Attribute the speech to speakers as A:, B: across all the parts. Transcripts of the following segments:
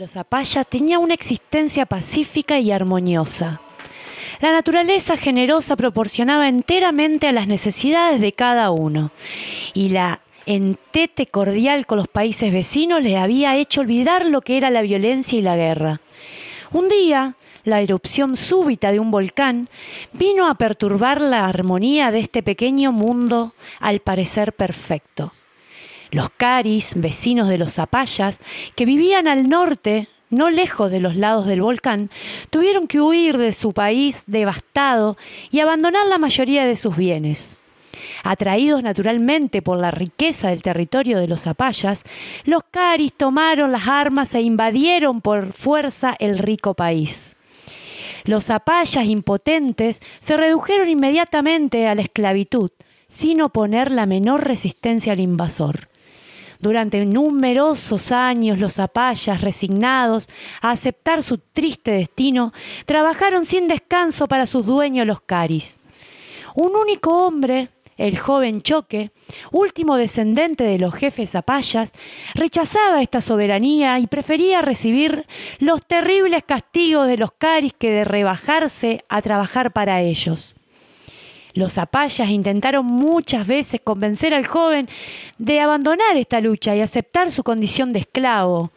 A: Los Zapaya tenía una existencia pacífica y armoniosa. La naturaleza generosa proporcionaba enteramente a las necesidades de cada uno y la entete cordial con los países vecinos les había hecho olvidar lo que era la violencia y la guerra. Un día, la erupción súbita de un volcán vino a perturbar la armonía de este pequeño mundo al parecer perfecto. Los caris, vecinos de los zapayas, que vivían al norte, no lejos de los lados del volcán, tuvieron que huir de su país devastado y abandonar la mayoría de sus bienes. Atraídos naturalmente por la riqueza del territorio de los zapayas, los caris tomaron las armas e invadieron por fuerza el rico país. Los zapayas impotentes se redujeron inmediatamente a la esclavitud, sin oponer la menor resistencia al invasor. Durante numerosos años los zapayas, resignados a aceptar su triste destino, trabajaron sin descanso para sus dueños los caris. Un único hombre, el joven Choque, último descendente de los jefes zapayas, rechazaba esta soberanía y prefería recibir los terribles castigos de los caris que de rebajarse a trabajar para ellos. Los zapayas intentaron muchas veces convencer al joven de abandonar esta lucha y aceptar su condición de esclavo,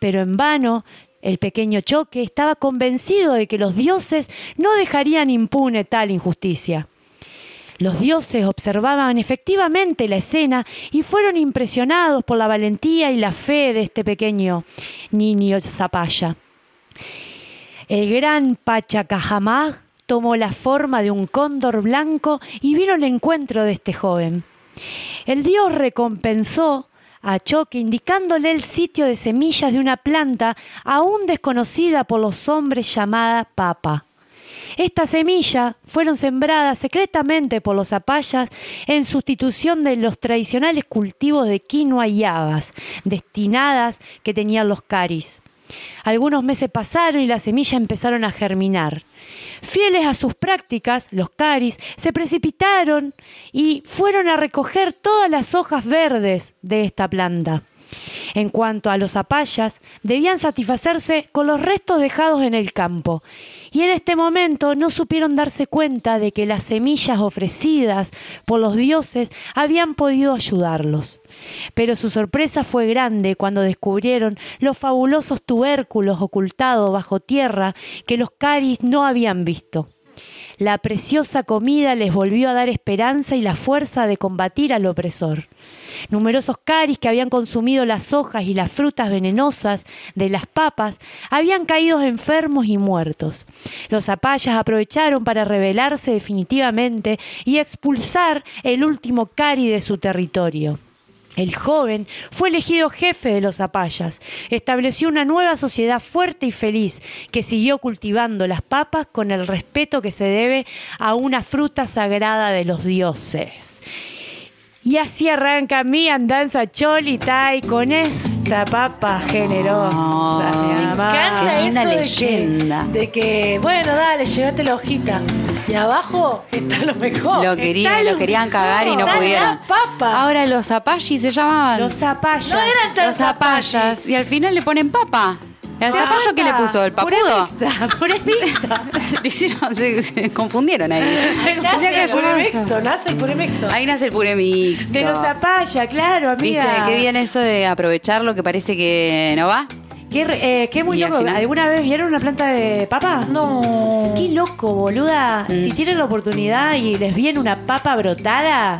A: pero en vano el pequeño Choque estaba convencido de que los dioses no dejarían impune tal injusticia. Los dioses observaban efectivamente la escena y fueron impresionados por la valentía y la fe de este pequeño niño zapaya. El gran Pachacajamaj tomó la forma de un cóndor blanco y vino al encuentro de este joven. El dios recompensó a Choque indicándole el sitio de semillas de una planta aún desconocida por los hombres llamada papa. Estas semillas fueron sembradas secretamente por los zapallas en sustitución de los tradicionales cultivos de quinoa y habas, destinadas que tenían los caris. Algunos meses pasaron y las semillas empezaron a germinar. Fieles a sus prácticas, los caris se precipitaron y fueron a recoger todas las hojas verdes de esta planta. En cuanto a los zapallas, debían satisfacerse con los restos dejados en el campo, y en este momento no supieron darse cuenta de que las semillas ofrecidas por los dioses habían podido ayudarlos. Pero su sorpresa fue grande cuando descubrieron los fabulosos tubérculos ocultados bajo tierra que los caris no habían visto. La preciosa comida les volvió a dar esperanza y la fuerza de combatir al opresor. Numerosos caris que habían consumido las hojas y las frutas venenosas de las papas habían caído enfermos y muertos. Los zapallas aprovecharon para rebelarse definitivamente y expulsar el último cari de su territorio. El joven fue elegido jefe de los zapallas, estableció una nueva sociedad fuerte y feliz que siguió cultivando las papas con el respeto que se debe a una fruta sagrada de los dioses. Y así arranca mi andanza cholitay con esta papa generosa. mi amor.
B: Me encanta
C: Qué linda
B: eso de
C: leyenda.
B: Que, de que, bueno, dale, llévate la hojita. Y abajo está lo mejor.
C: Lo querían,
B: Está
C: lo querían cagar y no
B: Está
C: pudieron.
B: la papa.
C: Ahora los zapallis se llamaban.
A: Los zapallas.
B: No eran tan
C: Los zapallas. Y al final le ponen papa. ¿El zapallo qué le puso? ¿El papudo?
A: Puré mixta.
C: Le hicieron- se, se confundieron ahí.
B: Nace
C: Tenía que
B: el puré
C: llamarse.
B: mixto, nace el puré mixto.
C: Ahí nace el puré mixto.
A: De los zapallas, claro,
C: ¿Viste?
A: amiga.
C: Qué bien eso de aprovechar lo que parece que no va.
A: Qué, re- eh, qué muy
C: Y al
A: loco.
C: final-
A: ¿Alguna vez vieron una planta de papa?
B: No.
A: Qué loco,
C: Mm.
A: boluda. Si tienen la oportunidad y les viene una papa brotada,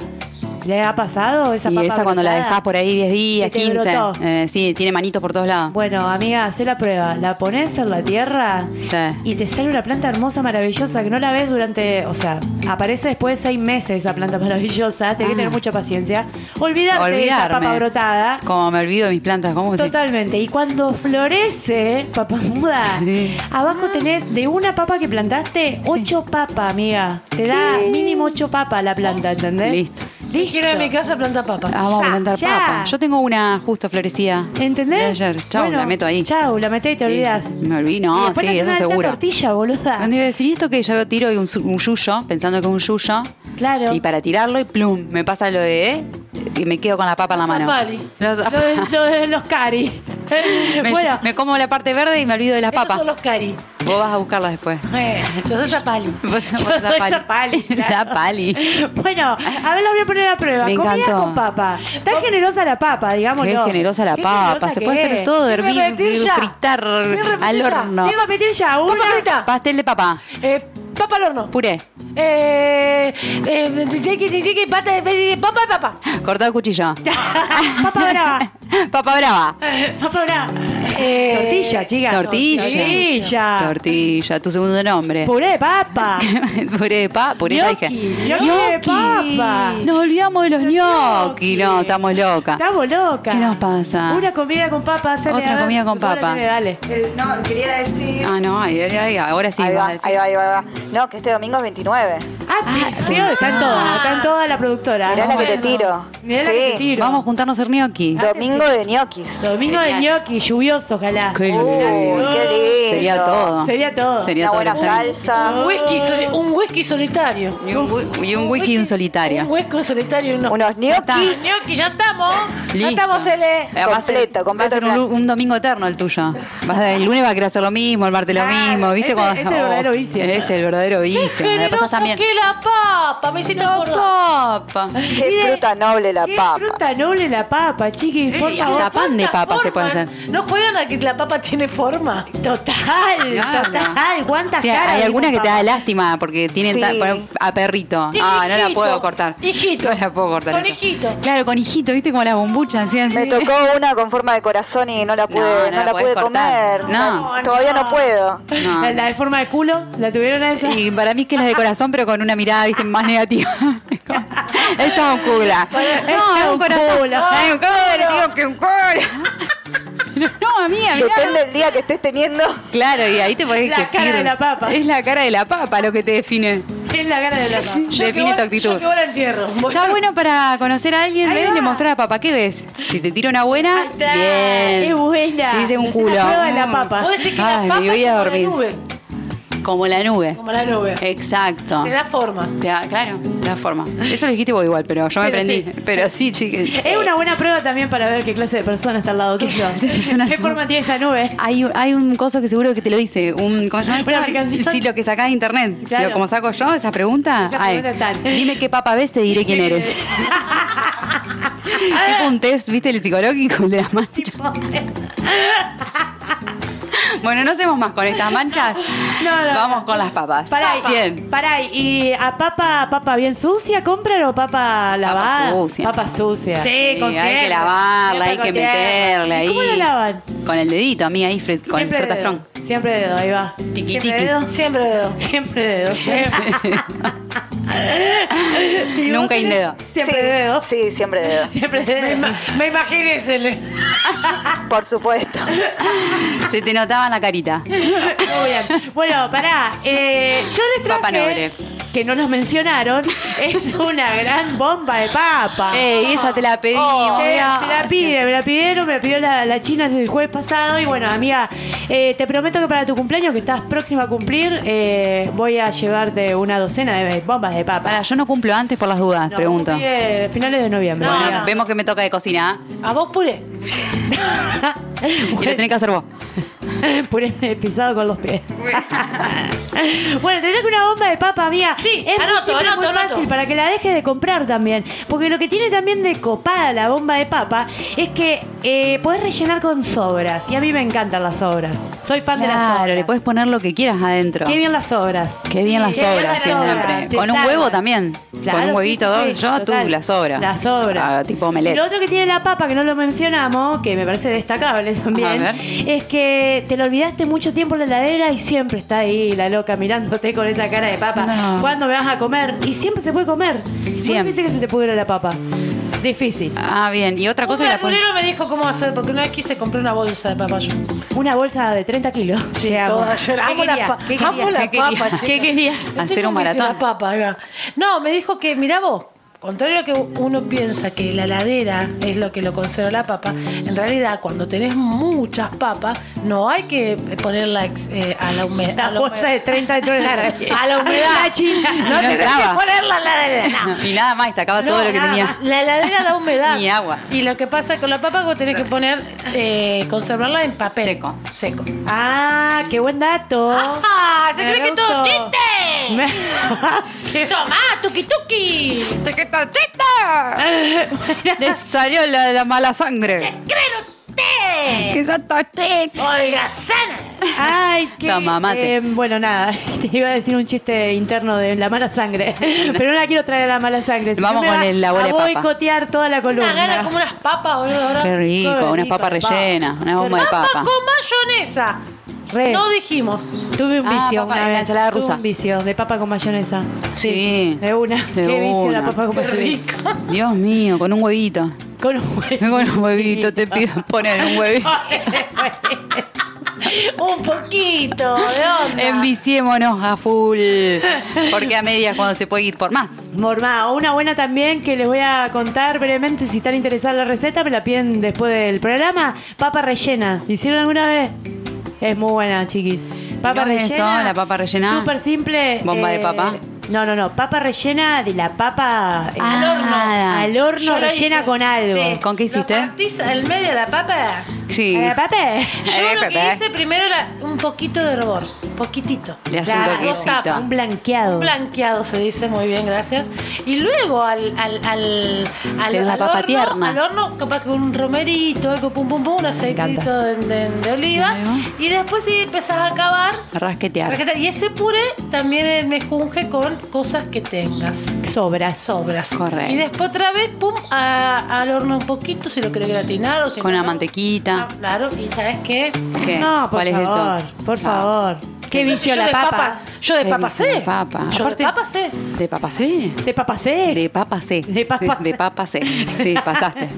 A: ¿le ha pasado esa
C: y
A: papa
C: esa cuando la
A: brotada?
C: dejás por ahí 10 días,
A: que te
C: 15.
A: brotó.
C: Eh, sí, tiene manitos por todos lados.
A: Bueno, amiga, hacé la prueba. La pones en la tierra
C: Sí.
A: y te sale una planta hermosa, maravillosa, que no la ves durante. O sea, aparece después de seis meses esa planta maravillosa. Tenés que
C: Ah.
A: tener mucha paciencia. Olvidarte de esa
C: Olvidarme.
A: papa brotada.
C: Como me olvido de mis plantas, ¿cómo se-
A: Totalmente. Y cuando florece, papa muda,
C: Sí. Ah.
A: abajo tenés de una papa que plantaste, ocho papas, amiga. Te da mínimo ocho papas la planta, ¿entendés?
C: Listo.
A: Listo.
B: Quiero en mi casa planta papa.
C: Ah, vamos
A: Ya,
C: a plantar
A: ya.
C: papa. Yo tengo una justo florecida.
A: ¿Entendés?
C: De ayer. Chau,
A: Bueno,
C: la meto ahí.
A: Chau, la metés y te
C: Sí,
A: olvidás.
C: me olvidé, no,
A: Y después
C: sí,
A: le
C: eso
A: haces una
C: seguro.
A: tortilla, boluda.
C: ¿Dónde iba a decir esto? Que yo tiro y un, su- un yuyo, pensando que es un yuyo.
A: Claro.
C: Y para tirarlo y plum, ¿eh?
B: Ah,
C: me pasa lo de. Y me quedo con la papa en la mano.
B: Zapali.
C: Los-
A: Lo de, lo de los cari.
C: Me,
B: bueno,
C: me como la parte verde y me olvido de las
B: esos
C: papas.
B: son los cari.
C: Vos vas a buscarlas después.
B: Eh, yo soy Zapali.
C: Vos-
B: Yo
C: vos Zapali.
B: soy Zapali, claro.
C: Zapali.
A: Bueno, a ver, la voy a poner a prueba.
C: Me
A: Comida
C: encantó.
A: con papa. Tan generosa la papa, digamos.
C: Qué generosa la papa. Se puede hacer todo,
B: Sin
C: hervir,
B: repetir ya.
C: fritar,
B: Sin repetir
C: al
B: ya.
C: horno.
A: Voy a pedir ya una.
B: Papa frita.
C: Pastel de papa,
B: Eh, papa al horno.
C: puré,
B: Eh, eh, chiqui, chiqui, pata de- de- papa de papa.
C: cortado el cuchillo.
A: papa brava.
C: Papa brava.
A: Papa brava.
B: Eh,
A: Tortilla, chica.
C: Tortilla.
A: Tortilla.
C: Tortilla, tu segundo nombre.
A: Puré de papa.
C: puré de papa, puré ya dije.
A: Gnocchi, gnocchi de papa.
C: Nos olvidamos de los gnocchi. No, estamos locas.
A: Estamos locas.
C: ¿Qué nos pasa?
A: Una comida con papa. hacele,
C: Otra
A: a ver,
C: comida con
A: Lola,
C: papa.
A: tiene, Dale.
D: Eh, No, quería decir.
C: Ah, no, ahí, ahí, ahí, ahora sí.
D: ahí,
C: vas
D: va,
C: a
D: ahí
C: decir.
D: va, ahí va, ahí va. No, que este domingo es 29.
A: Ah, sí,
C: atención.
A: está en
C: Ah.
A: toda, está en toda la productora.
D: Mirá la que te
A: Bueno.
D: tiro.
A: Mirá la que te
D: Sí,
A: tiro.
C: Vamos a juntarnos a hacer gnocchi.
D: domingo de ñoquis.
A: Domingo de
C: Genial.
A: gnocchi, lluvioso, ojalá.
C: Qué
D: Uy,
C: lindo.
D: qué lindo.
C: Sería todo.
A: Sería todo. Oh.
C: Sería
D: Una
C: todo.
D: buena
C: lo que sea.
D: salsa,
B: Un whisky, soli- un whisky solitario.
C: Y un, wi- y un whisky y un solitario.
B: Un whisky solitario y unos
D: unos
C: está.
D: ñoquis.
B: gnocchi, ya estamos. Ya
C: Listo.
B: estamos, Cele.
C: Eh, va a ser-
D: Completo, completo
C: Va a ser un,
D: plan.
C: lu- un domingo eterno el tuyo. Vas a- el lunes va a querer hacer lo mismo, el martes lo
A: Claro,
C: mismo. ¿viste?
A: ese-
C: Cuando-
A: es el verdadero vicio.
C: Es el verdadero vicio. Me la pasás también.
B: que la papa, me hiciste acordar.
C: Papa.
D: Qué fruta noble la
A: Qué
D: papa.
A: fruta noble la papa, chiquis,
C: Sí,
A: por
C: y
A: favor.
C: hasta pan de papa se puede hacer.
B: ¿No juegan a que la papa tiene forma?
A: Total,
C: Claro.
A: total. ¿Cuántas
C: Sí,
A: caras?
C: hay
A: de
C: alguna que te da
A: papa?
C: lástima porque tiene
D: Sí.
C: ta- poner a perrito.
B: Tiene
C: Ah, no la
B: hijito.
C: puedo cortar.
B: Hijito.
C: No la puedo cortar.
B: Con
C: esta.
B: hijito.
C: Claro, con hijito, viste como las bombuchas. ¿sí? Así.
D: Me tocó una con forma de corazón y no la pude, no, la,
C: podés
D: pude
C: cortar.
D: comer.
C: No.
D: Todavía no puedo.
C: No.
A: La, la de forma de culo, ¿la tuvieron a esa?
C: Y para mí es que es la de corazón, pero con una mirada, viste, más negativa. Como, Esta es un cura. No, es un corazón.
A: culo.
C: Ay, un cura, tío, que un cura. No, amiga, mirá.
D: Depende del día que estés teniendo.
C: Claro, y ahí te podés
A: La cara
C: vestir.
A: de la papa.
C: Es la cara de la papa lo que te define.
A: Es la cara de la papa.
B: Yo
C: define
B: que
C: tu
B: voy-
C: actitud.
B: Yo que voy al entierro. Voy
C: Está bueno para conocer a alguien,
A: Ahí
C: ¿ves?
A: va.
C: Le mostrar a papá, ¿qué ves? Si te tira una buena,
A: Ahí está.
C: bien.
A: Es buena.
C: Si dice un
A: Es una
C: culo.
A: prueba de la
C: mm,
A: papa.
B: Vos decís que
C: Ay,
B: la papa
C: me voy
B: es
C: a
B: como
C: dormir. Eh,
B: la nube.
C: Como la nube.
B: Como la nube.
C: Exacto.
B: Te da forma.
C: Te da- claro, te da forma. Eso lo dijiste vos igual, pero yo me
A: Pero
C: prendí.
A: sí.
C: Pero sí, chiques.
A: Es una buena prueba también para ver qué clase de persona está al lado tuyo.
C: clase de persona
A: ¿Qué
C: es?
A: forma tiene esa nube?
C: Hay, un- hay un coso que seguro que te lo dice. Un, ¿Cómo se llama?
A: Una
C: esto?
A: aplicación.
C: Sí, lo que sacás de internet.
A: Claro.
C: Lo- como saco yo, esas preguntas.
A: Esas
C: ay,
A: preguntas están.
C: Dime qué papa ves, te diré quién eres.
A: Ah.
C: tipo un test, ¿viste? El psicológico el de las manchas. bueno, no hacemos más con estas manchas.
A: No, no.
C: Vamos con las papas.
A: Pará, y-
C: Bien.
A: pará, y a papa, papa bien sucia, compran o papa lavada?
C: sucia.
A: Papa sucia.
B: Sí,
C: Sí,
B: con
C: hay que
B: tierra.
C: lavarla, hay
A: Siempre con
C: que
A: tierra.
C: meterla
A: ¿Y
C: ahí.
A: cómo la lavan?
C: Con el dedito, amiga, ahí fre- con el
A: Siempre dedo,
C: frotafrón.
A: Siempre dedo, ahí va.
C: Tiqui,
A: siempre
C: tiqui.
A: dedo,
B: Siempre dedo.
A: siempre dedo. siempre- Y vos
C: Nunca hay
A: tenés-
C: dedo.
A: Siempre
D: sí,
A: dedo.
D: Sí, siempre dedo.
A: Siempre
B: Me,
A: dedo.
B: ima- me imaginé, Cele.
D: Por supuesto.
C: Se te notaba en la carita.
A: Muy bien. Bueno, pará. eh, yo les traje
C: Papa Noble.
A: que no nos mencionaron. Es una gran bomba de papa.
C: ¡Ey, Eh, esa te la pedimos!
A: Me
C: mirá.
A: Oh. la pide, me la pidieron, me la pidió la, la China el jueves pasado y bueno, amiga, eh, te prometo que para tu cumpleaños que estás próxima a cumplir, eh, voy a llevarte una docena de bombas de papa.
C: Pará, yo no cumplo antes por las dudas,
A: No,
C: pregunto.
A: vos pide finales de noviembre.
B: No,
C: Bueno,
A: amiga.
C: vemos que me toca de cocina. ¿ah?
B: A vos puré.
C: Y lo tenés que hacer vos.
A: Puré pisado con los pies. bueno, te que una bomba de papa, amiga.
B: Sí,
A: es
B: anoto,
A: muy simple,
B: anoto,
A: muy
B: anoto.
A: fácil para que la dejes de comprar también. Porque lo que tiene también de copada la bomba de papa es que eh, podés rellenar con sobras. Y a mí me encantan las sobras. Soy fan de las
C: Claro,
A: sobras.
C: le podés poner lo que quieras adentro.
A: Qué bien las sobras.
C: Qué bien las
A: qué bien las
C: obras
A: sobras,
C: siempre.
A: te
C: Con un
A: salvan.
C: huevo también.
A: Claro,
C: Con un huevito,
A: sí, sí,
C: dos.
A: sí,
C: yo, tú,
A: total.
C: las obras.
A: Las sobras.
C: Ah, tipo omelette.
A: Lo otro que tiene la papa, que no lo mencionamos, que me parece destacable también,
C: A ver.
A: es que te lo olvidaste mucho tiempo en la heladera y siempre está ahí la loca mirándote con esa cara de papa.
C: No.
A: ¿Cuándo me vas a comer? Y siempre se puede comer.
C: Siempre.
A: Muy difícil que se te pudre la papa. Difícil.
C: Ah, bien. Y otra
B: Un
C: cosa que la pon-
B: verdulero me dijo cómo hacer, porque una vez quise comprar una bolsa de papayo.
A: Una bolsa de 30 kilos. Te amo.
B: toda llena.
A: ¿Qué
B: Amo
A: quería?
B: las pa-
A: ¿Qué quería?
B: amo las
A: ¿Qué quería?
B: papas,
A: ¿Qué quería?
C: Hacer un
B: Tengo que decir
C: maratón.
B: la papa, ahí va. No, me dijo que, mirá vos, contrario a lo que uno piensa que la ladera es lo que lo conserva la papa, en realidad cuando tenés muchas papas, no hay que ponerla ex- eh, a la humedad.
A: La bolsa de 30 dólares.
B: A la humedad.
A: La china.
B: No,
C: no
B: tenés
C: entraba.
B: que ponerla en la heladera. no.
C: Y nada más, y sacaba
B: No,
C: todo lo que
B: nada
C: tenía.
B: más. La heladera da humedad.
C: Ni agua.
B: Y lo que pasa con la papa es que vos tenés que poner, eh, conservarla en papel.
C: Seco.
B: Seco.
A: Ah, qué buen dato.
B: ¡Ajá! ¡Se
A: Me
B: cree que
A: gustó.
B: todo chiste!
A: Me-
B: ¡Tomá, tuki tuki!
C: ¡Chiquita, chiquita! Le salió la, la mala
A: eh.
C: sangre.
B: ¡Creen usted!
C: ¡Qué santo chiste!
B: ¡Oiga, sanas!
A: Ay, qué.
C: Toma, mate.
A: eh, bueno, nada, te iba a decir un chiste interno de la mala sangre, pero no la quiero traer a la mala sangre. si no
C: Vamos
A: me
C: con
A: va
C: el- la bola
A: a
C: de papa.
A: boicotear toda la columna.
B: Una gana como unas papas, boludo. ahora.
C: Qué rico, unas papas rellenas, una bomba de
B: Papa
C: papa.
B: con mayonesa.
A: Re.
B: No dijimos.
A: Tuve un
C: Ah,
A: vicio
C: papa,
A: una
C: la
A: vez,
C: ensalada
A: tuve
C: rusa.
A: un vicio de papa con mayonesa.
C: Sí.
A: De una.
C: De
A: qué vicio la
C: una.
A: papa con
B: Qué
A: mayonesa.
B: rico.
C: Dios mío, con un huevito.
A: Con un huevo.
C: Con un huevito te pido poner un huevito.
B: Un poquito de onda.
C: Enviciémonos a full. Porque a medias cuando se puede ir por más.
A: Morma, una buena también que les voy a contar brevemente si están interesados en la receta, me la piden después del programa. Papa rellena. ¿Hicieron alguna vez? Es muy buena, chiquis. Papa
C: ¿Cómo es
A: rellena.
C: eso, la papa rellena?
A: Súper simple. eh,
C: ¿Bomba de papa?
A: No, no, no. Papa rellena de la papa. eh,
C: Ah, nada.
A: Al horno
B: Yo lo
A: rellena
B: hice.
A: con algo.
B: Sí.
C: ¿Con qué hiciste?
B: Lo partís al medio de la papa.
C: Sí.
A: Eh, pape.
B: Yo
C: Eh,
B: lo
C: Pepe.
B: que hice primero era un poquito de hervor. Poquitito.
C: Le hace un
A: Claro,
C: toquecito.
A: Un blanqueado.
B: Blanqueado se dice, muy bien, gracias. Y luego al, al, al, al,
C: Tenés una
B: al
C: papa
B: horno,
C: tierna.
B: al horno, capaz que un romerito, algo pum pum pum, un aceitito de, de- de oliva.
C: Ahí va.
B: Y después sí empezás a acabar.
C: Rasquetear.
B: Y ese puré también mejunje con cosas que tengas.
A: Sobras.
B: Sobras.
C: Correcto.
B: Y después otra vez, pum, a- al horno un poquito, si lo querés gratinar o si
C: Con
B: no,
C: la
B: no.
C: mantequita.
B: Ah, claro, y sabes qué?
C: ¿Qué?
A: No, por
C: ¿Cuál es el
A: favor.
C: toque?
A: por
C: Chao.
A: favor. Qué vicio
B: Yo
A: la
B: de
A: papa.
B: Yo de
C: Qué
B: papa
C: vicio
B: sé.
C: de papa.
B: Yo
C: Aparte-
B: de papa sé.
C: ¿De papa C?
A: De papa seca.
C: De papa C.
A: De papa
C: De
A: C.
C: papa C. Sí, pasaste.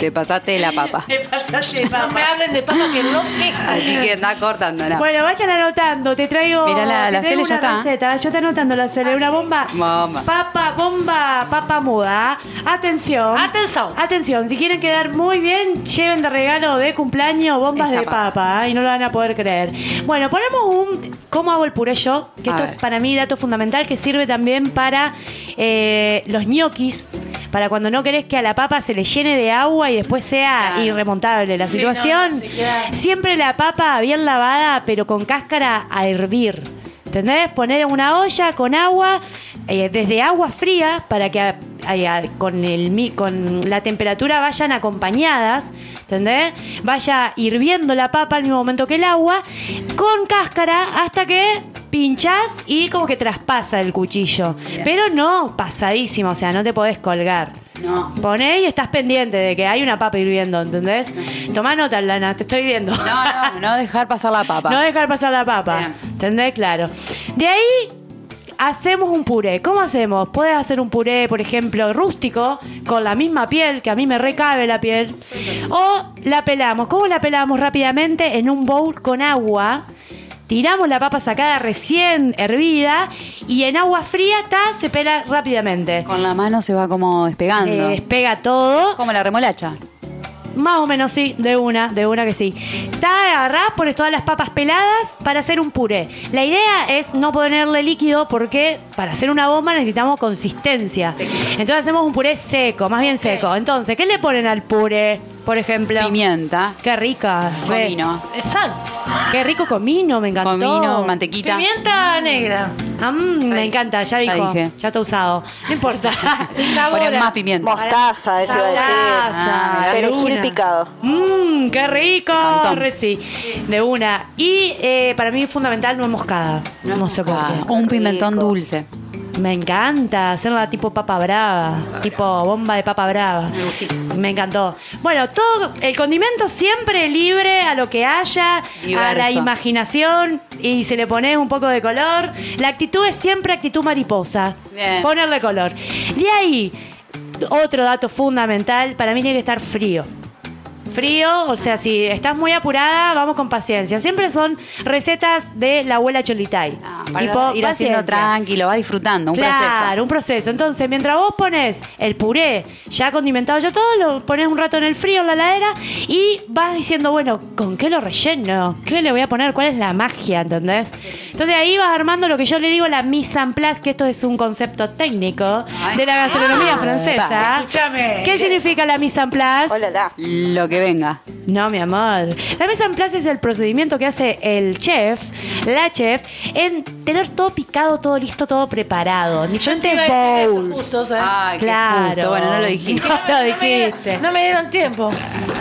C: Te pasaste de la papa.
A: De papa
B: No me hablen de papa que no queja.
C: Así que anda cortándola.
A: Bueno, vayan anotando, te traigo,
C: Mirá, la-
A: te
C: la
A: traigo
C: Cele
A: una
C: ya está.
A: receta. Yo te anotando la cele, una bomba.
C: Bomba.
A: Papa, bomba, papa muda. Atención.
B: Atención.
A: Atención, si quieren quedar muy bien, lleven de regalo de cumpleaños bombas
C: Esta
A: de papa,
C: papa.
A: ¿eh? y no lo van a poder creer. Bueno, ponemos un cómo hago el puré yo, que
C: A
A: esto
C: ver.
A: es para mí dato fundamental que sirve también para eh, los ñoquis. Para cuando no querés que a la papa se le llene de agua y después sea
C: Claro.
A: irremontable la
B: Sí, no,
A: situación.
B: se queda-
A: Siempre la papa bien lavada, pero con cáscara a hervir. ¿Entendés? Poner en una olla con agua, eh, desde agua fría, para que a- a- a- con, el, mi- con la temperatura vayan acompañadas, ¿entendés? Vaya hirviendo la papa al mismo momento que el agua, con cáscara, hasta que pinchás y como que traspasa el cuchillo.
C: Bien.
A: Pero no pasadísimo, o sea, no te podés colgar.
C: No.
A: Poné y estás pendiente de que hay una papa hirviendo, ¿entendés? Tomá nota, Lana, te estoy viendo.
C: No, no, no dejar pasar la papa.
A: No dejar pasar la papa.
C: Bien.
A: ¿Entendés? Claro. De ahí hacemos un puré. ¿Cómo hacemos? Puedes hacer un puré, por ejemplo, rústico, con la misma piel, que a mí me recabe la piel. O la pelamos. ¿Cómo la pelamos rápidamente? En un bowl con agua. Tiramos la papa sacada recién hervida y en agua fría está, se pela rápidamente.
C: Con la mano se va como
A: Se
C: despegando.
A: despega todo.
C: Como la remolacha.
A: Más o menos, sí, de una, de una que sí. Está agarrás, pones todas las papas peladas para hacer un puré. La idea es no ponerle líquido porque para hacer una bomba necesitamos consistencia.
C: Sequito.
A: Entonces hacemos un puré seco, más bien seco. Entonces, ¿qué le ponen al puré, por ejemplo?
C: Pimienta,
A: Qué rica. re.
C: comino,
B: Es Sal.
A: Qué rico comino, me encantó.
C: comino, mantequita.
B: Pimienta negra.
A: Ah, mm, me
C: Ya dije,
A: encanta, ya,
C: ya
A: dijo.
C: dije.
A: Ya está usado. No importa.
C: Poner más pimienta.
D: Mostaza, eso iba a decir.
A: Mostaza,
C: Ah,
D: Perejil
A: luna.
D: picado.
A: Mmm, qué rico.
C: Cantón.
A: Re sí, de una. Y eh, para mí es fundamental nuez moscada.
C: No,
A: no sé por
C: ah,
A: qué.
C: o un pimentón
D: Rico.
C: dulce.
A: Me encanta hacerla tipo papa brava, tipo bomba de papa brava.
C: Me gustito.
A: Me encantó. Bueno, todo el condimento siempre libre a lo que haya, a la
C: Diverso.
A: imaginación y se le pone un poco de color. La actitud es siempre actitud mariposa.
C: Bien.
A: Ponerle color. De ahí, otro dato fundamental, para mí tiene que estar frío. frío, o sea, si estás muy apurada, vamos con paciencia. Siempre son recetas de la abuela Cholitay.
C: Ah, para ir haciendo tranquilo, va disfrutando, un
A: claro,
C: proceso.
A: un proceso. Entonces, mientras vos pones el puré ya condimentado, ya todo, lo pones un rato en el frío, en la heladera, y vas diciendo, bueno, ¿con qué lo relleno? ¿Qué le voy a poner? ¿Cuál es la magia? ¿Entendés? Entonces ahí vas armando lo que yo le digo la mise en place, que esto es un concepto técnico
C: Ay.
A: de la gastronomía
C: Ah,
A: francesa.
B: Escúchame.
A: ¿Qué significa la mise en place?
D: Hola, la.
C: Lo que venga.
A: No, mi amor. La mesa en place es el procedimiento que hace el chef, la chef, en tener todo picado, todo listo, todo preparado. En diferentes
B: Yo te iba a decir eso
A: bowls.
B: justo, ¿sabes?
D: Ah.
C: Ay, qué
A: Claro.
C: justo. Bueno, no lo dijimos.
A: No lo
B: ¿eh? No me dieron-
A: dijiste.
B: No me dieron tiempo.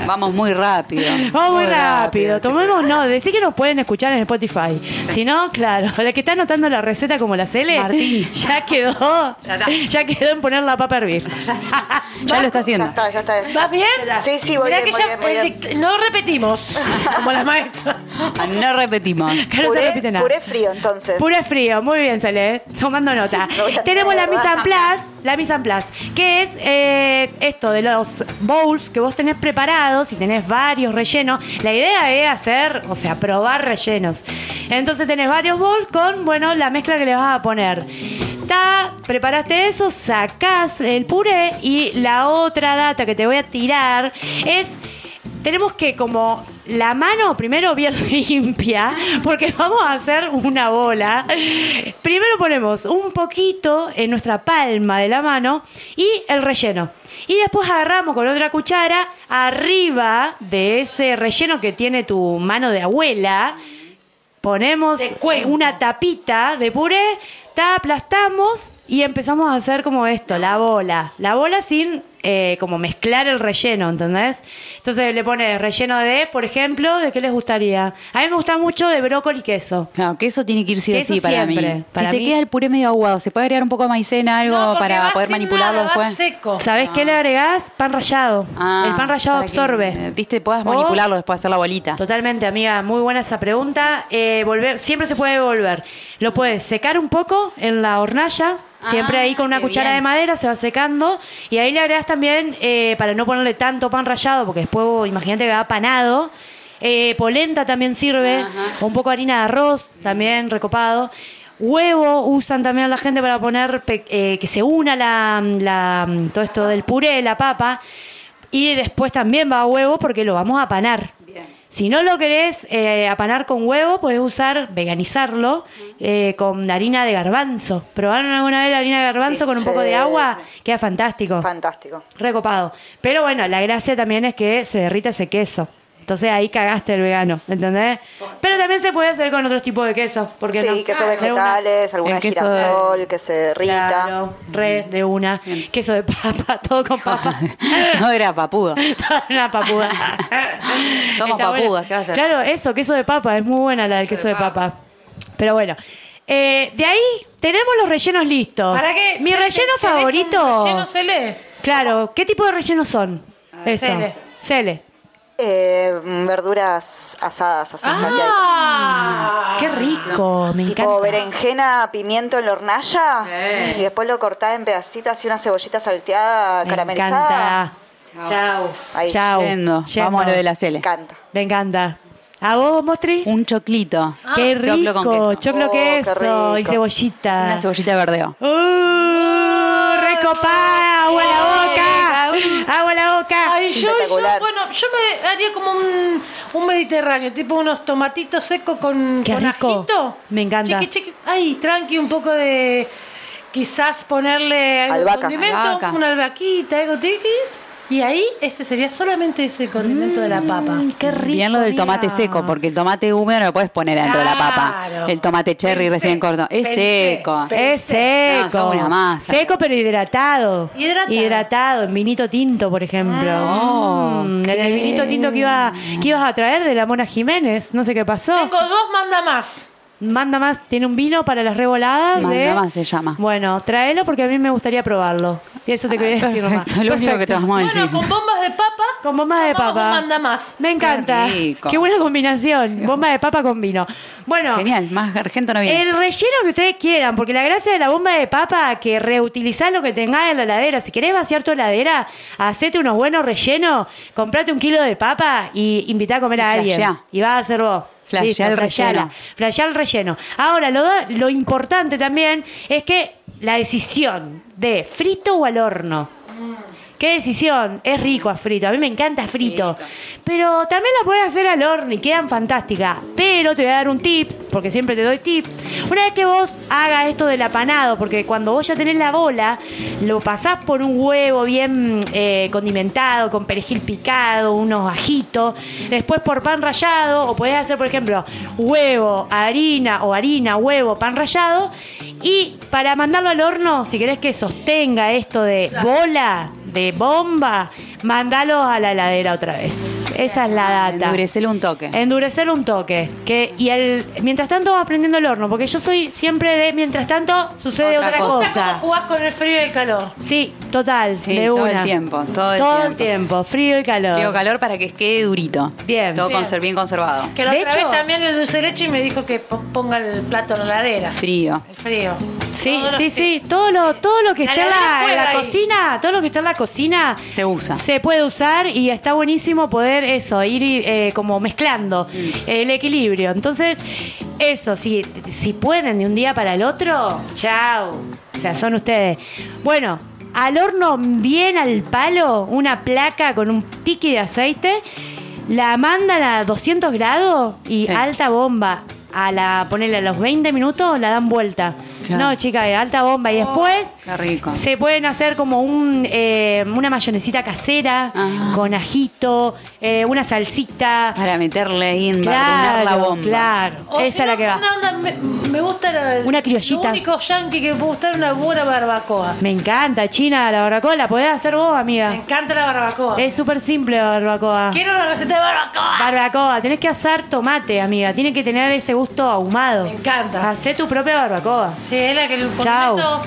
C: Vamos muy rápido.
A: Vamos muy rápido,
C: este
A: tomemos no, decí que nos pueden escuchar en Spotify. Si no, claro, la que está anotando la receta como la Cele,
C: Martín.
A: ya quedó,
C: Ya está.
A: ya quedó en poner la papa a hervir.
C: Ya lo está
D: Ya
C: haciendo.
D: está, ya está.
B: ¿Vas bien?
D: Sí, sí, voy
B: Mirá
D: bien,
B: que
D: voy
B: ya
D: bien, voy bien.
B: predict- No repetimos, como las maestras.
C: Ah, No repetimos.
A: Que no se repite
D: Puré,
A: nada.
D: puré frío, entonces.
A: Puré frío, muy bien, Sale, tomando nota.
D: Lo voy a
A: Tenemos la
D: tener,
A: mise en
D: ¿verdad?
A: place, la mise en place, que es eh, esto de los bowls que vos tenés preparados y tenés varios rellenos. La idea es hacer, o sea, probar rellenos. Entonces tenés varios bowls con, bueno, la mezcla que le vas a poner. Ta, preparaste eso, sacás el puré y la otra data que te voy a tirar es tenemos que como la mano primero bien limpia, porque vamos a hacer una bola. Primero ponemos un poquito en nuestra palma de la mano y el relleno. Y después agarramos con otra cuchara arriba de ese relleno que tiene tu mano de abuela. Ponemos eh,
B: Te cuento.
A: una tapita de puré, ta, aplastamos y empezamos a hacer como esto, la bola. La bola sin eh, como mezclar el relleno, ¿entendés? Entonces le pones relleno de, por ejemplo, ¿de qué les gustaría? A mí me gusta mucho de brócoli y queso.
C: Claro, que eso tiene que ir sí o
A: Queso
C: sí para
A: siempre.
C: mí.
A: Para
C: si te
A: mí-
C: queda el puré medio aguado, ¿se puede agregar un poco de maicena, algo
B: No, porque
C: para
B: va
C: poder
B: sin
C: manipularlo
B: nada, va
C: después?
B: seco.
A: ¿Sabés qué le agregás? Pan rallado.
C: Ah,
A: el pan rallado
C: para que,
A: absorbe. Oh.
C: eh, Viste, puedas
A: O-
C: manipularlo después, hacer la bolita.
A: Totalmente, amiga. Muy buena esa pregunta. Eh, volver, siempre se puede volver. Lo puedes secar un poco en la hornalla. Siempre
C: Ah,
A: ahí con una
C: qué
A: cuchara
C: bien.
A: de madera se va secando. Y ahí le agregas también, eh, para no ponerle tanto pan rallado, porque después vos imagínate que va panado. Eh, polenta también sirve. O un poco de harina de arroz también recopado. Huevo usan también la gente para poner pe- eh, que se una la, la- todo esto del puré, la papa. Y después también va huevo porque lo vamos a panar. Si no lo querés eh, apanar con huevo, podés usar, veganizarlo, eh, con harina de garbanzo. ¿Probaron alguna vez la harina de garbanzo con un
D: Sí.
A: poco de agua? Queda fantástico.
D: Fantástico.
A: Recopado. Pero bueno, la gracia también es que se derrita ese queso. Entonces ahí cagaste el vegano, ¿entendés? Pero también se puede hacer con otros tipos de quesos. Porque
D: Sí,
A: no? Ah,
D: quesos
A: De una.
D: vegetales, alguna
C: El queso de-
D: girasol, que se irrita.
A: Claro, re de una. Queso de papa, todo con papa.
C: no era papudo.
A: Toda una papuda.
C: Somos
A: Está
C: papudas,
A: buena.
C: ¿qué vas a hacer?
A: Claro, eso, queso de papa, es muy buena la del queso, de papa. Pero bueno, eh, de ahí tenemos los rellenos listos.
B: ¿Para qué?
A: Mi
B: ¿Tenés-
A: relleno
B: tenés un
A: favorito.
B: Relleno se lee.
A: Claro, ¿qué tipo de rellenos son? Eso.
B: Cele.
A: Cele.
D: Eh, verduras asadas, así salteaditas.
B: Ah,
A: Qué rico, me
D: Tipo
A: encanta.
D: berenjena, pimiento en la hornalla.
C: Sí.
D: Y después lo cortás en pedacitos y una cebollita salteada,
A: me
D: caramelizada.
A: encanta. Chao.
D: Ahí.
A: Chao.
C: Yendo. Vamos a lo de la
D: Me
C: cele.
D: encanta.
A: Me encanta. ¿A vos, Mostri?
C: Un choclito.
A: Ah, Qué rico.
C: Choclo con queso.
A: Choclo
D: Oh, qué
A: queso y
D: rico.
A: cebollita.
C: Una cebollita de verdeo.
A: ¡Uh! ¡Recopada! ¡Agua a la boca! ¡Agua a la boca!
B: Ay, yo, yo,
D: Espectacular.
B: bueno, yo me haría como un, un mediterráneo, tipo unos tomatitos secos con,
A: Qué
B: con
A: rico.
B: ajito.
A: Me encanta.
B: Chiqui, chiqui. Ay, tranqui, un poco de. Quizás ponerle algo de
D: Albahaca.
B: condimento,
C: Albahaca.
B: una albaquita, algo tiqui. Y ahí, ese sería solamente ese condimento de la
A: Mm.
B: papa.
A: ¡Qué rico!
C: Bien lo del
A: mira.
C: tomate seco, porque el tomate húmedo no lo puedes poner adentro de la
B: Claro.
C: papa. El tomate cherry recién corto. Es
B: pensé,
C: seco.
A: Es
C: No,
A: seco.
C: son una masa.
A: Seco pero hidratado.
B: Hidratado.
A: Hidratado, en vinito tinto, por ejemplo.
C: Oh,
A: Mm, en el
C: qué
A: vinito tinto que, iba, que ibas a traer de la Mona Jiménez, no sé qué pasó.
B: Tengo dos manda más.
A: Manda más, tiene un vino para las reboladas.
C: Manda
A: de-
C: más se llama. Ah,
A: Bueno, tráelo porque a mí me gustaría probarlo. Y eso te quería decir, Román.
C: Perfecto, lo único que te vamos a
B: Bueno,
C: decir.
B: con bombas de papa.
A: Con bomba de
B: tomamos
A: papa.
B: un manda más.
A: Me encanta.
C: rico.
A: Qué buena combinación. Bomba de papa con vino. Bueno,
C: Genial, más argento no viene.
A: el relleno que ustedes quieran, porque la gracia de la bomba de papa que reutilizás lo que tengas en la heladera. Si querés vaciar tu heladera, hacete unos buenos rellenos, comprate un kilo de papa y invita a comer a
C: Y
A: alguien.
C: flasheá.
A: Y vas a hacer vos.
C: Flasheá
A: Listo,
C: el
A: flasheala.
C: relleno.
A: Flasheá el relleno. Ahora, lo, da- lo importante también es que la decisión de frito o al horno. Qué decisión. Es rico a frito. A mí me encanta frito.
C: Frito.
A: Pero también la puedes hacer al horno y quedan fantásticas. Pero te voy a dar un tips, porque siempre te doy tips. Una vez que vos hagas esto del apanado, porque cuando vos ya tenés la bola, lo pasás por un huevo bien eh, condimentado, con perejil picado, unos ajitos. Después por pan rallado, o podés hacer, por ejemplo, huevo, harina o harina, huevo, pan rallado. Y para mandarlo al horno, si querés que sostenga esto de bola, de bomba, mandalo a la heladera otra vez. Esa es la data.
C: Endurecelo un toque.
A: Endurecer un toque. Que, y el, mientras tanto vas prendiendo el horno, porque yo soy siempre de mientras tanto sucede otra,
C: Otra
B: O
A: cosa.
C: cosa.
B: sea, como jugás con el frío y el calor.
A: Sí, total,
C: Sí,
A: de
C: todo el
A: una.
C: tiempo, todo el
A: el tiempo, frío y calor.
C: Frío calor para que quede durito.
A: Bien.
C: Todo
A: Bien.
C: conser- bien conservado.
B: Que la
A: De
B: otra
A: hecho-
B: vez también le dulce de leche y me dijo que po- ponga el plato en la heladera.
C: Frío.
B: El frío.
A: Sí,
B: Todos los
A: sí,
B: que-
A: sí, todo lo, todo lo que
B: La
A: está en
B: heladera
A: la, en la
B: juega ahí.
A: cocina, todo lo que está en la cocina
C: Se usa.
A: se puede usar y está buenísimo poder eso, ir eh, como mezclando
C: Mm.
A: el equilibrio. Entonces, eso, si, si pueden de un día para el otro, chao. O sea, son ustedes. Bueno, al horno bien al palo, una placa con un piqui de aceite, la mandan a 200 grados y
C: Sí.
A: alta bomba. A la, ponerle a los 20 minutos la dan vuelta.
C: Claro.
A: No, chica, eh, alta bomba. Y después
C: Qué rico.
A: se pueden hacer como un, eh, una mayonesita casera
C: Ah.
A: con ajito, eh, una salsita.
C: Para meterle ahí en
A: Claro,
C: la bomba.
A: claro.
B: O si
A: Esa es la
B: no,
A: que va.
B: una onda- me, me gusta la-
A: Una criollita.
B: Lo único yankee que me gusta es una buena barbacoa.
A: Me encanta, China, la barbacoa. La podés hacer vos,
B: Me
A: amiga.
B: encanta la barbacoa.
A: Es súper simple la barbacoa.
B: Quiero la receta de barbacoa.
A: Barbacoa, tenés que asar tomate, amiga. Tiene que tener ese gusto ahumado.
B: Me encanta.
A: Hacé tu propia barbacoa.
B: Sí, es la que el
A: Chau.
B: condimento-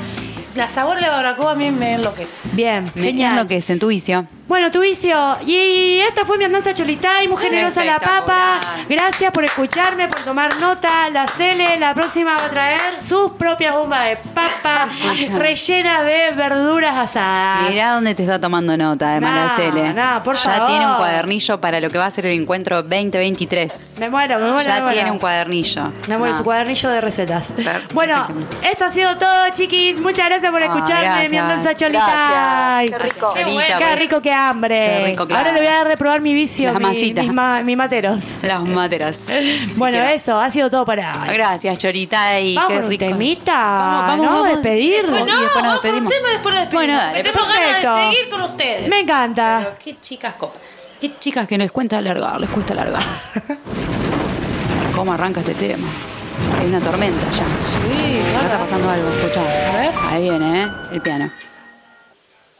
B: La sabor de la barbacoa a mí me enloquece.
A: Bien,
C: Me
A: genial.
C: lo que es en tu vicio.
A: Bueno, tu vicio. Y esta fue mi andanza cholitay, muy generosa la papa.
C: Espectacular.
A: Gracias por escucharme, por tomar nota. La Cele, la próxima va a traer sus propias bombas de papa
C: Escucha.
A: rellenas de verduras asadas.
C: Mirá dónde te está tomando nota, además,
A: Ah. No,
C: la Cele.
A: no, por
C: ya
A: favor.
C: tiene un cuadernillo para lo que va a ser el encuentro 2023.
A: Me muero, me muero.
C: ya
A: me muero.
C: tiene un cuadernillo.
A: Me muero,
C: No.
A: su cuadernillo de recetas.
C: Per-
A: Bueno,
C: perfectamente.
A: esto ha sido todo, chiquis. Muchas gracias por
C: Ah,
A: escucharme, mi
C: gracias.
A: andanza cholitay.
D: Gracias. Qué rico.
B: Qué bueno.
C: Chelita,
A: Qué rico, qué hambre.
C: Qué rico, claro.
A: Ahora le voy a dar de probar mi vicio,
C: Las
A: mi-
C: masitas.
A: mis ma- mis materos.
C: Las materas. Si
A: bueno,
C: quiero.
A: eso, ha sido todo para hoy.
C: Gracias, Chorita, y
A: Vamos
C: qué
A: con un
C: rico.
A: temita.
C: Vamos, vamos,
A: Nos vamos a
C: vamos.
A: despedir.
C: Bueno,
B: Bueno,
C: y después nos
B: vamos por un
C: despedimos.
B: Ah, tema y después nos despedimos.
C: Bueno, dale,
B: Que tengo ganas
A: perfecto.
B: de seguir con ustedes.
A: Me encanta.
C: Pero qué chicas copas. Qué chicas que les cuenta alargar, les cuesta alargar. ¿Cómo arranca este tema? Hay una tormenta ya.
B: Sí,
C: Ahora
B: bueno.
C: está pasando algo, escuchá.
B: A ver.
C: Ahí viene, ¿eh? El piano.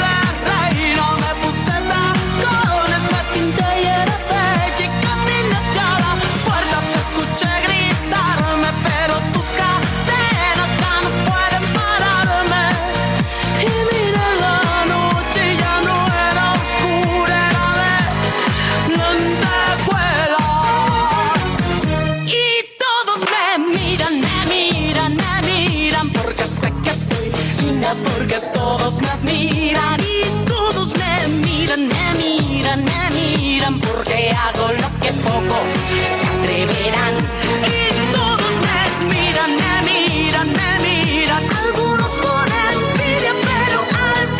E: de reina, me puse tacones, me pinté y era bella y caminé hacia la puerta. Te escuché gritarme, pero tus cadenas ya no pueden pararme. Y miré la noche, y ya no era oscura, era de lentejuelas. Y todos me miran, me miran, me miran Porque sé que soy linda, porque todos me admiran Y todos me miran, me miran, me miran Porque hago lo que pocos se atreverán Y todos me miran, me miran, me miran Algunos con envidia, pero al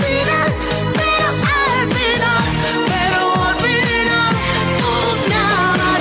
E: final, pero al final Pero al final todos me amarán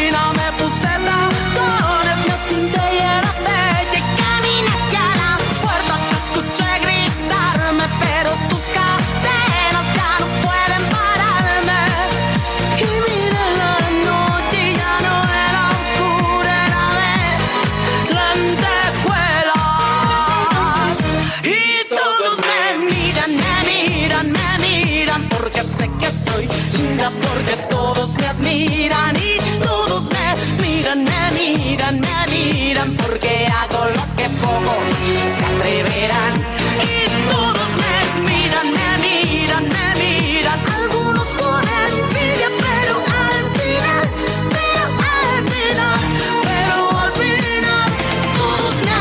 E: reina, me puse tacones, me pinté y era bella. Y caminé hacia la puerta, te escuché gritarme, pero tus cadenas ya no pueden pararme. Y miré la noche y ya no era oscura, era de lentejuelas. Y todos me miran, me miran, me miran, porque sé que soy linda, porque todos me admiran y todos me miran, me miran, me miran, porque hago lo que pocos se atreverán. Y todos me miran, me miran, me miran, algunos con envidia, pero al final, pero al final, pero al final, todos me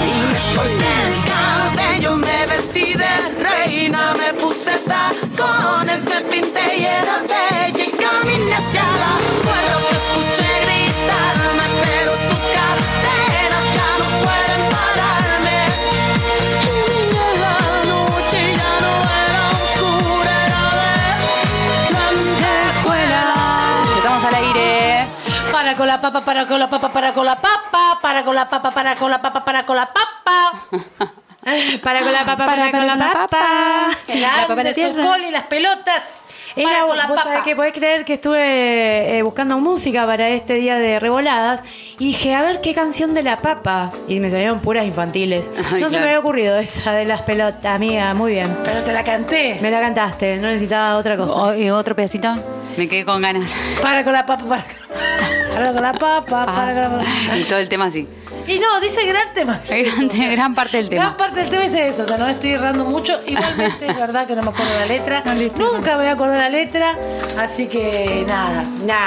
E: Y me solté el cabello, me vestí de reina, me puse tacones, me pinté y era bella y caminé hacia la puerta. Te escuché gritarme, pero tus cadenas ya no pueden pararme. Y miré la noche y ya no era oscura, era de lentejuelas.
C: Estamos al aire.
B: Para con la papa, para con la papa, para con la papa, para con la papa, para con la papa, para con la papa.
A: Para con la papa, para, con la, papa.
B: La
C: papa en la
B: su
C: tierra.
B: col y las pelotas. Para
A: Era,
B: con la
A: vos
B: papa.
A: sabés que podés creer que estuve eh, buscando música para este día de revoladas y dije, a ver qué canción de la papa. Y me salieron puras infantiles. no
C: Ay,
A: se me
C: claro.
A: había ocurrido esa de las pelotas, amiga, muy bien.
B: Pero te la canté.
A: Me la cantaste, no necesitaba otra cosa.
C: O- Oh, y otro pedacito. Me quedé con ganas. Ah,
B: Para con la papa, para con- para con la papa, para con la papa.
C: Y todo el tema así.
B: Ah. Y no, dice gran tema. dice eso.
C: Gran, gran parte del
B: Gran
C: tema.
B: parte del tema es eso, o sea, no me estoy errando mucho. Igualmente es verdad que no me acuerdo la letra.
C: No le estoy
B: Nunca me voy a acordar la letra, así que nada.
A: Nah,